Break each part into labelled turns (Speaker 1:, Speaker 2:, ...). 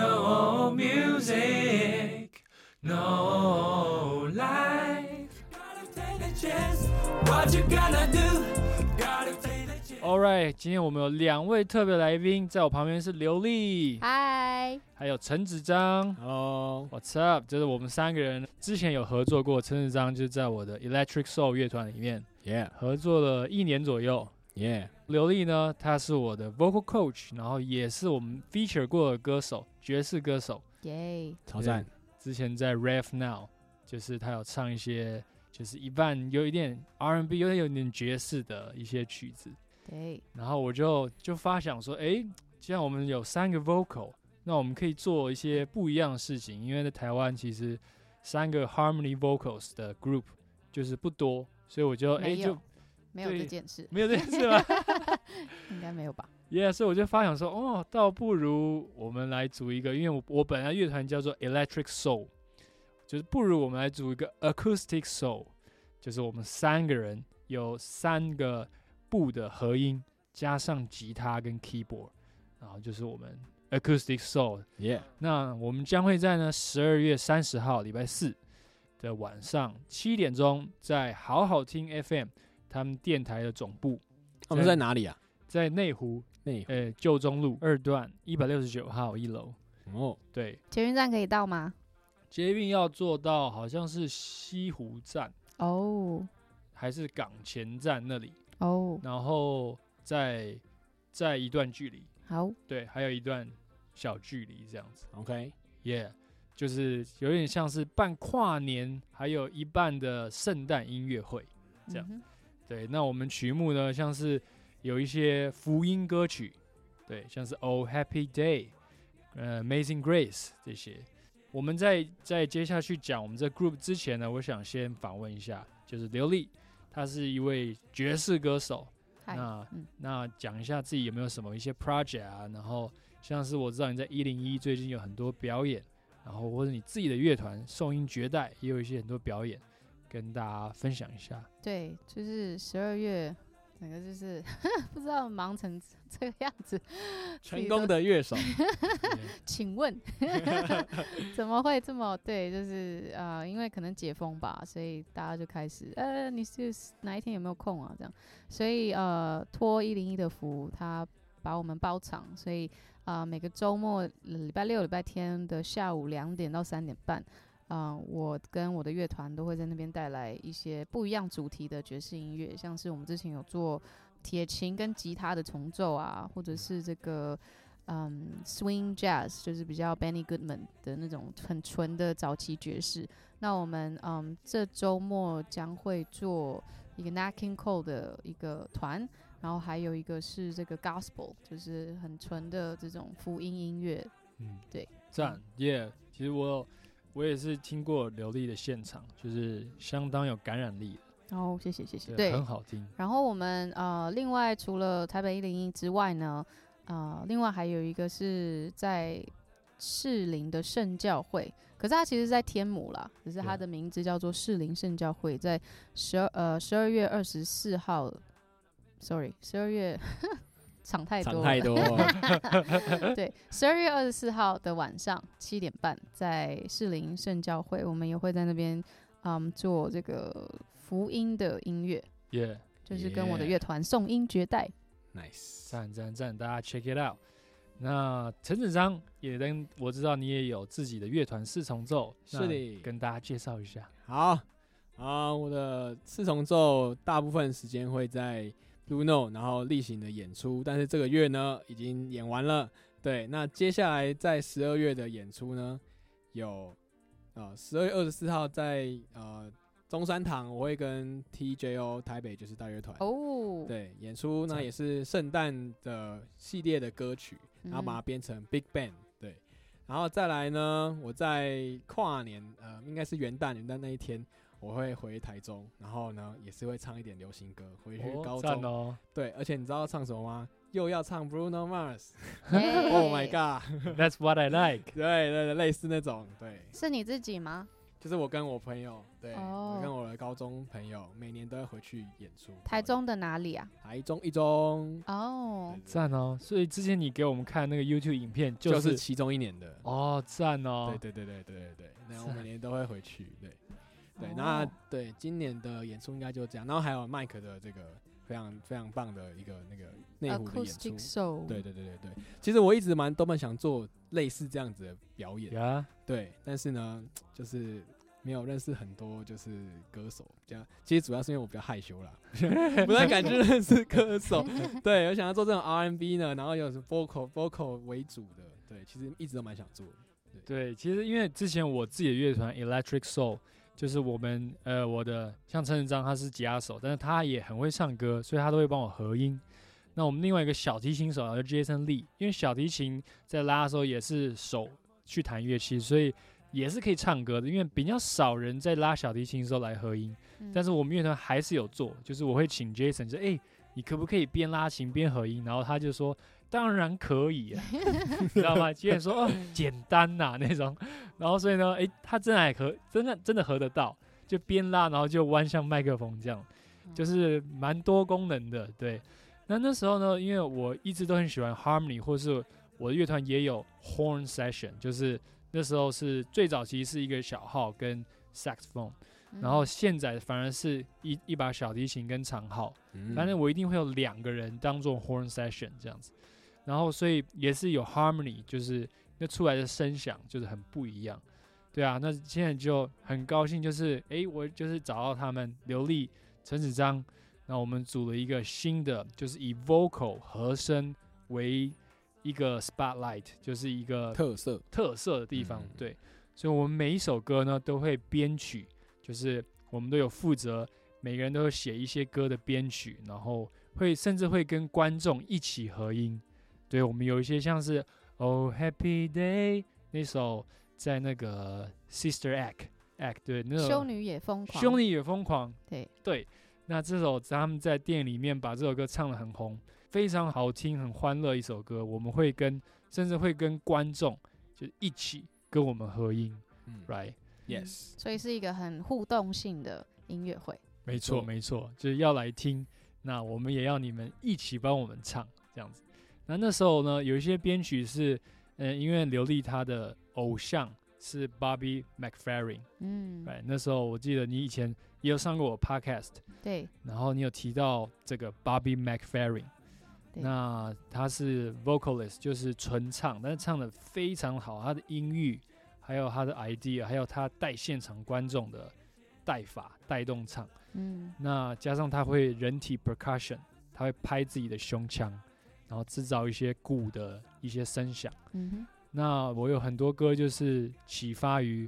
Speaker 1: No music, no life. Gotta take the chance. What you gonna do? Gotta take the chance.
Speaker 2: All right，今天我们有两位特别来宾，在我旁边是刘丽，
Speaker 3: 嗨，
Speaker 2: 还有陈子章。
Speaker 4: Hello，
Speaker 2: What's up？就是我们三个人之前有合作过，陈子章就在我的 Electric Soul 乐团里面
Speaker 4: yeah
Speaker 2: 合作了一年左右。
Speaker 4: yeah，
Speaker 2: 刘丽呢，她是我的 vocal coach，然后也是我们 feature 过的歌手，爵士歌手。
Speaker 3: 耶！
Speaker 4: 超赞，
Speaker 2: 之前在 Rev Now，就是她有唱一些就是一半有一点 R&B，有点有点爵士的一些曲子。
Speaker 3: 对，
Speaker 2: 然后我就就发想说，诶，既然我们有三个 vocal，那我们可以做一些不一样的事情，因为在台湾其实三个 harmony vocals 的 group 就是不多，所以我哦哎就诶
Speaker 3: 没有
Speaker 2: 就
Speaker 3: 没有
Speaker 2: 对
Speaker 3: 这件事，
Speaker 2: 没有这件事了。
Speaker 3: 应该没有吧？
Speaker 2: Yeah，所以我就发想说，哦，倒不如我们来组一个，因为我我本来乐团叫做 Electric Soul，就是不如我们来组一个 Acoustic Soul，就是我们三个人有三个部的合音，加上吉他跟 keyboard，然后就是我们 Acoustic Soul。
Speaker 1: 예. 어,
Speaker 4: yeah
Speaker 2: 那我们将会在呢十二月三十号礼拜四的晚上七点钟，在好好听 FM 他们电台的总部，
Speaker 4: 我们在哪里啊？
Speaker 2: 在内湖
Speaker 4: 内湖
Speaker 2: 呃，旧中路二段一百六十九号一楼。
Speaker 4: 哦，
Speaker 2: 对，
Speaker 3: 捷运站可以到吗？
Speaker 2: 捷运要做到好像是西湖站
Speaker 3: 哦
Speaker 2: 还是港前站那里，
Speaker 3: 哦，
Speaker 2: 然后再再一段距离，
Speaker 3: 好，
Speaker 2: 对，还有一段小距离这样子。
Speaker 4: OK，
Speaker 2: 耶、yeah,，就是有点像是办跨年，还有一半的圣诞音乐会。这样
Speaker 3: 嗯
Speaker 2: 对，那我们曲目呢，像是有一些福音歌曲，对，像是《Oh Happy Day》、呃，《Amazing Grace》这些。我们在在接下去讲我们这 group 之前呢，我想先访问一下，就是刘丽，她是一位爵士歌手。
Speaker 3: 哼，嗨，
Speaker 2: 那
Speaker 3: 嗯
Speaker 2: 那讲一下自己有没有什么一些 project 啊，然后像是我知道你在一零一最近有很多表演，然后或者你自己的乐团送音绝代也有一些很多表演，跟大家分享一 下。
Speaker 3: 对，就是十二月，整个就是 不知道忙成这个样子，
Speaker 4: 成功的乐手，
Speaker 3: 请问 怎么会这么对？就是呃，因为可能解封吧，所以大家就开始呃，你是哪一天有没有空啊？这样，所以呃，托一零一的福，他把我们包场，所以啊、呃每个周末礼拜六、礼拜天的下午两点到三点半。啊、我跟我的乐团都会在那边带来一些不一样主题的爵士音乐，像是我们之前有做铁琴跟吉他的重奏啊，或者是这个嗯，swing jazz 就是比较 Benny Goodman 的那种很纯的早期爵士。那我们嗯这周末将会做一个 Nat King Cole 的一个团，然后还有一个是这个 gospel，就是很纯的这种福音音乐。
Speaker 2: 嗯，
Speaker 3: 对，
Speaker 2: 赞耶其实我有我也是听过刘丽的现场，就是相当有感染力，
Speaker 3: 哦，谢谢谢谢，
Speaker 2: 对，
Speaker 3: 对，
Speaker 2: 很好听。
Speaker 3: 然后我们呃，另外除了台北一零一之外呢，呃，另外还有一个是在士林的圣教会，可是它其实在天母啦，只是它
Speaker 2: 对
Speaker 3: 的名字叫做士林圣教会，在十二呃十二月二十四号，sorry，十二月 场太多
Speaker 4: 场
Speaker 3: 了，
Speaker 4: 太 多，
Speaker 3: 对，十二月二十四号的晚上七点半，在士林圣教会，我们也会在那边嗯做这个福音的音乐。
Speaker 2: 耶，
Speaker 3: 就是跟我的
Speaker 4: Yeah
Speaker 3: 乐团送音绝代。
Speaker 4: nice，
Speaker 2: 赞赞赞，大家 check it out。那陈子章也跟我知道你也有自己的乐团四重奏，
Speaker 4: 是
Speaker 2: 那
Speaker 4: 的
Speaker 2: 跟大家介绍一下。
Speaker 4: 好啊、我的四重奏大部分时间会在 Blue Note，然后例行的演出，但是这个月呢已经演完了。对，那接下来在十二月的演出呢，有呃十二月二十四号在呃中山堂，我会跟 TJO 台北就是大乐团
Speaker 3: 哦，
Speaker 4: 对演出，那
Speaker 2: 赞
Speaker 4: 也是圣诞的系列的歌曲，然后把它
Speaker 3: 嗯
Speaker 4: 编成 Big Band，对，然后再来呢，我在跨年，呃，应该是元旦，元旦那一天，我会回台中，然后呢，也是会唱一点流行歌，回去
Speaker 2: 哦
Speaker 4: 高
Speaker 2: 赞
Speaker 4: 中，
Speaker 2: 哦，
Speaker 4: 对，而且你知道唱什么吗？又要唱 Bruno Mars，Oh
Speaker 3: 嘿
Speaker 2: Oh
Speaker 4: my god，
Speaker 2: That's what I like
Speaker 4: 对对对，类似那种，对，
Speaker 3: 是你自己吗？
Speaker 4: 就是我跟我朋友，对，
Speaker 3: 哦
Speaker 4: 我跟我的高中朋友，每年都要回去演出。
Speaker 3: 台、中的哪里啊？
Speaker 4: 台中、一中，
Speaker 3: 哦，
Speaker 4: 对
Speaker 2: 赞哦！所以之前你给我们看那个 YouTube 影片，
Speaker 4: 就
Speaker 2: 就是
Speaker 4: 是其中一年的。
Speaker 2: 哦，赞哦
Speaker 4: 对，对对对对对对，那我
Speaker 2: 赞
Speaker 4: 每年都会回去。对对
Speaker 3: 哦，
Speaker 4: 那对今年的演出应该就这样。然后还有麦克的这个非常非常棒的一个那个内湖的演
Speaker 3: acoustic
Speaker 4: 出。
Speaker 3: show，
Speaker 4: 对对对对对，其实我一直蛮都蛮想做类似这样子的表演。
Speaker 2: 呀，
Speaker 4: 对，但是呢，就是没有认识很多就是歌手，这样其实主要是因为我比较害羞啦，不太敢去认识歌手。对，我想要做这种 R&B 呢，然后有 vocal vocal 为主的，对，其实一直都蛮想做的。
Speaker 2: 对，其实因为之前我自己的乐团 Electric Soul，就是我们呃我的像陈子章他是吉他手，但是他也很会唱歌，所以他都会帮我合音。那我们另外一个小提琴手啊叫 Jason Lee，因为小提琴在拉的时候也是手去弹乐器，所以也是可以唱歌的。因为比较少人在拉小提琴的时候来合音，
Speaker 3: 嗯
Speaker 2: 但是我们乐团还是有做，就是我会请 Jason 就哎、欸你可不可以边拉琴边合音？然后他就说当然可以、啊， 你知道吗？Jason 说哦
Speaker 3: 嗯
Speaker 2: 简单呐、那种， 然后所以呢，哎、他真的还合，真的真的合得到，就边拉然后就弯向麦克风这样，
Speaker 3: 嗯
Speaker 2: 就是蛮多功能的。对，那那时候呢，因为我一直都很喜欢 harmony，或是我的乐团也有 horn session，就是那时候是最早期是一个小号跟 saxophone。
Speaker 3: 嗯
Speaker 2: 然后现在反而是一一把小提琴跟长号，
Speaker 4: 嗯
Speaker 2: 反正我一定会有两个人当做 horn session 这样子，然后所以也是有 harmony，就是那出来的声响就是很不一样，对啊，那现在就很高兴，就是诶，我就是找到他们刘丽、陈子章，那我们组了一个新的，就是以 vocal 和声为一个 spotlight，就是一个
Speaker 4: 特色，
Speaker 2: 特色的地方。
Speaker 4: 嗯
Speaker 2: 对，所以我们每一首歌呢都会编曲，就是我们都有负责，每个人都有写一些歌的编曲，然后会甚至会跟观众一起合音。对我们有一些像是《Oh Happy Day》那首，在那个 Sister Act Act 对那
Speaker 3: 修
Speaker 2: 首
Speaker 3: 女也疯狂，
Speaker 2: 兄弟也疯狂，
Speaker 3: 对
Speaker 2: 对。那这首他们在店里面把这首歌唱得很红，非常好听，很欢乐一首歌。我们会跟甚至会跟观众就一起跟我们合音
Speaker 4: 嗯
Speaker 2: ，right？
Speaker 4: ，yes，
Speaker 3: 所以是一个很互动性的音乐会。
Speaker 2: 没
Speaker 4: 错
Speaker 2: 没错，就是要来听。那我们也要你们一起帮我们唱这样子。那那时候呢，有一些编曲是，嗯、因为刘丽她的偶像是 Bobby McFerrin，
Speaker 3: 嗯，
Speaker 2: right？那时候我记得你以前也有上过我 podcast，
Speaker 3: 对，
Speaker 2: 然后你有提到这个 Bobby McFerrin，
Speaker 3: 对
Speaker 2: 那他是 vocalist，就是纯唱，但是唱的非常好，他的音域，还有他的 idea，还有他带现场观众的带法带动唱，
Speaker 3: 嗯，
Speaker 2: 那加上他会人体 percussion，他会拍自己的胸腔，然后制造一些鼓的一些声响。
Speaker 3: 嗯
Speaker 2: 那我有很多歌就是启发于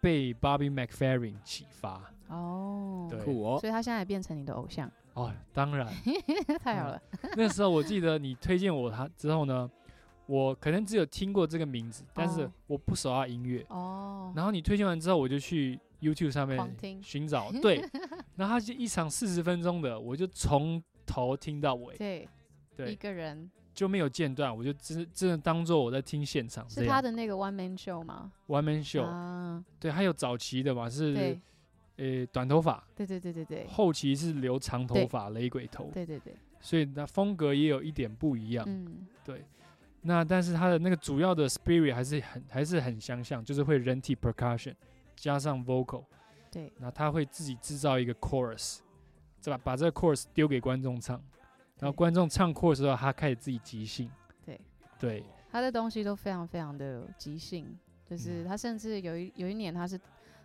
Speaker 2: 被 Bobby McFerrin 启发，
Speaker 3: 哼，哦，
Speaker 2: 对
Speaker 4: 酷哦
Speaker 3: 所，以他现在也变成你的偶像，
Speaker 2: 哦，当然。
Speaker 3: 太好
Speaker 2: 嗯
Speaker 3: 了。
Speaker 2: 那时候我记得你推荐我他之后呢，我可能只有听过这个名字，但是
Speaker 3: 哦
Speaker 2: 我不熟他音乐。
Speaker 3: 哦，
Speaker 2: 然后你推荐完之后，我就去 YouTube 上
Speaker 3: 狂
Speaker 2: 面
Speaker 3: 听
Speaker 2: 寻找， 对。然后他就一场四十分钟的，我就从头听到尾，
Speaker 3: 对，一
Speaker 2: 对，
Speaker 3: 个人
Speaker 2: 就没有间断，我就真真的当做我在听现场这
Speaker 3: 是他
Speaker 2: 样。
Speaker 3: 的那个 one man show 吗？
Speaker 2: One Man Show，
Speaker 3: 啊，
Speaker 2: 对，还有早期的嘛是
Speaker 3: 对，
Speaker 2: 呃短头发，
Speaker 3: 对对对对对
Speaker 2: 后期是留长头
Speaker 3: 对
Speaker 2: 发雷鬼头，
Speaker 3: 对对对，
Speaker 2: 所以那风格也有一点不一样。
Speaker 3: 嗯，
Speaker 2: 那但是它的那个主要的 spirit 还是很还是很相像，就是会人体 percussion 加上 vocal，
Speaker 3: 对，
Speaker 2: 那他会自己制造一个 chorus，再把把这个 chorus 丢给观众唱，然后
Speaker 3: 对
Speaker 2: 观众唱 chorus 的时候，他开始自己即兴。
Speaker 3: 对
Speaker 2: 对，
Speaker 3: 他的东西都非常非常的即兴，就是
Speaker 2: 嗯
Speaker 3: 他甚至有一有一年他是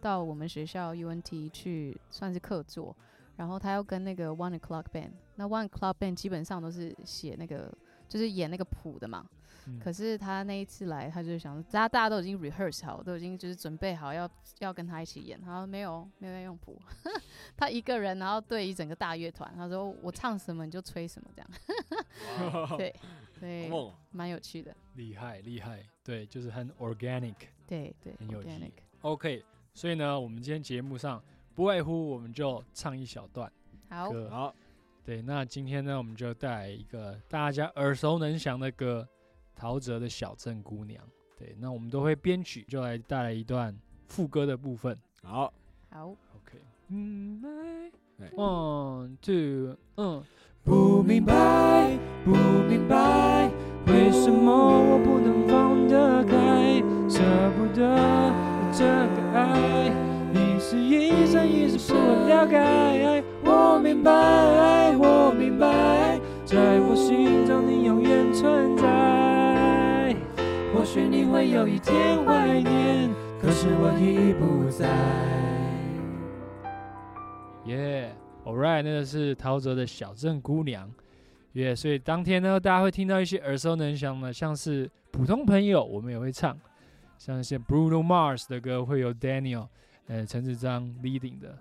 Speaker 3: 到我们学校 UNT 去算是客座，然后他要跟那个 One O'clock Band，那 One O'clock Band 基本上都是写那个就是演那个谱的嘛，
Speaker 2: 嗯
Speaker 3: 可是他那一次来，他就想说，大家大家都已经 rehearse 好，都已经就是准备好要要跟他一起演，他说没有没有要用谱， 他一个人然后对一整个大乐团，他说我唱什么你就吹什么这样， 对
Speaker 4: 好
Speaker 3: 对，
Speaker 4: 梦哦，
Speaker 3: 蛮有趣的，
Speaker 2: 厉害厉害，对，就是很 organic。
Speaker 3: 对对
Speaker 2: 很有趣
Speaker 3: ，organic，
Speaker 2: OK，所以呢，我们今天节目上不外乎我们就唱一小段
Speaker 3: 好，
Speaker 2: 歌。
Speaker 4: 好，
Speaker 2: 对，那今天呢，我们就带来一个大家耳熟能详的歌，陶喆的《小镇姑娘》。对，那我们都会编曲，就来带来一段副歌的部分。
Speaker 4: 好，
Speaker 3: 好，
Speaker 2: OK，嗯，来
Speaker 4: 对
Speaker 2: ，one two，嗯，
Speaker 1: 哎不明白，不明白，为什么我不能放得开，舍不得这个爱，你是一生一世不了解。我明白，我明白，在我心中你永远存在。或许你会有一天怀念，可是我已不在。
Speaker 2: 耶、a l l right，那个是陶喆的《小镇姑娘》，耶、所以当天呢，大家会听到一些耳熟能详的，像是普通朋友，我们也会唱，像一些 Bruno Mars 的歌会有 Daniel，呃，陈子章 leading 的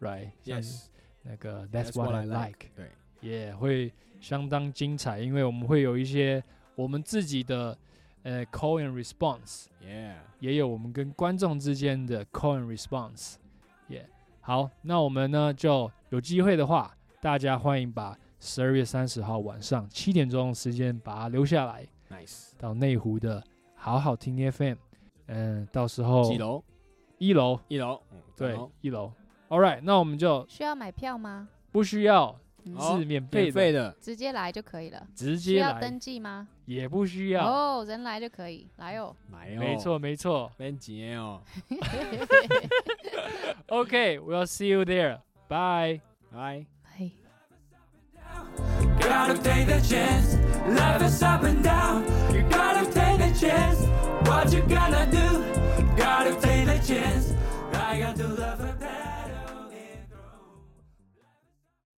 Speaker 2: ，right，像是
Speaker 4: yes，
Speaker 2: 那个
Speaker 4: That's
Speaker 2: That's What
Speaker 4: What
Speaker 2: I
Speaker 4: I Like
Speaker 2: Like，
Speaker 4: 对，
Speaker 2: 也会相当精彩，因为我们会有一些我们自己的呃 call and response。
Speaker 4: 耶，
Speaker 2: 也有我们跟观众之间的 call and response。耶、好，那我们呢就有机会的话，大家欢迎把十二月三十号晚上七点钟的时间把它留下来，
Speaker 4: nice，
Speaker 2: 到内湖的好好听 FM。嗯，到时候
Speaker 4: 几楼？
Speaker 2: 一楼，
Speaker 4: 一楼，嗯
Speaker 2: 对
Speaker 4: 然后，
Speaker 2: 一楼。All right，那我们就
Speaker 3: 需要买票吗？
Speaker 2: 不需要
Speaker 3: 嗯
Speaker 4: 好
Speaker 2: 是免费
Speaker 4: 免
Speaker 2: 的，
Speaker 4: 费的，
Speaker 3: 直接来就可以了。
Speaker 2: 直
Speaker 3: 需
Speaker 2: 接
Speaker 3: 要
Speaker 2: 来
Speaker 3: 登记吗？
Speaker 2: 也不需要。
Speaker 3: 哦，人来就可以，来哦。
Speaker 4: 来哦，
Speaker 2: 没错，没错。
Speaker 4: 免钱 哦，
Speaker 2: OK，we'll、see you there. Bye.
Speaker 4: 来。
Speaker 3: 哎。
Speaker 1: Gotta take the chance. Life is up and down.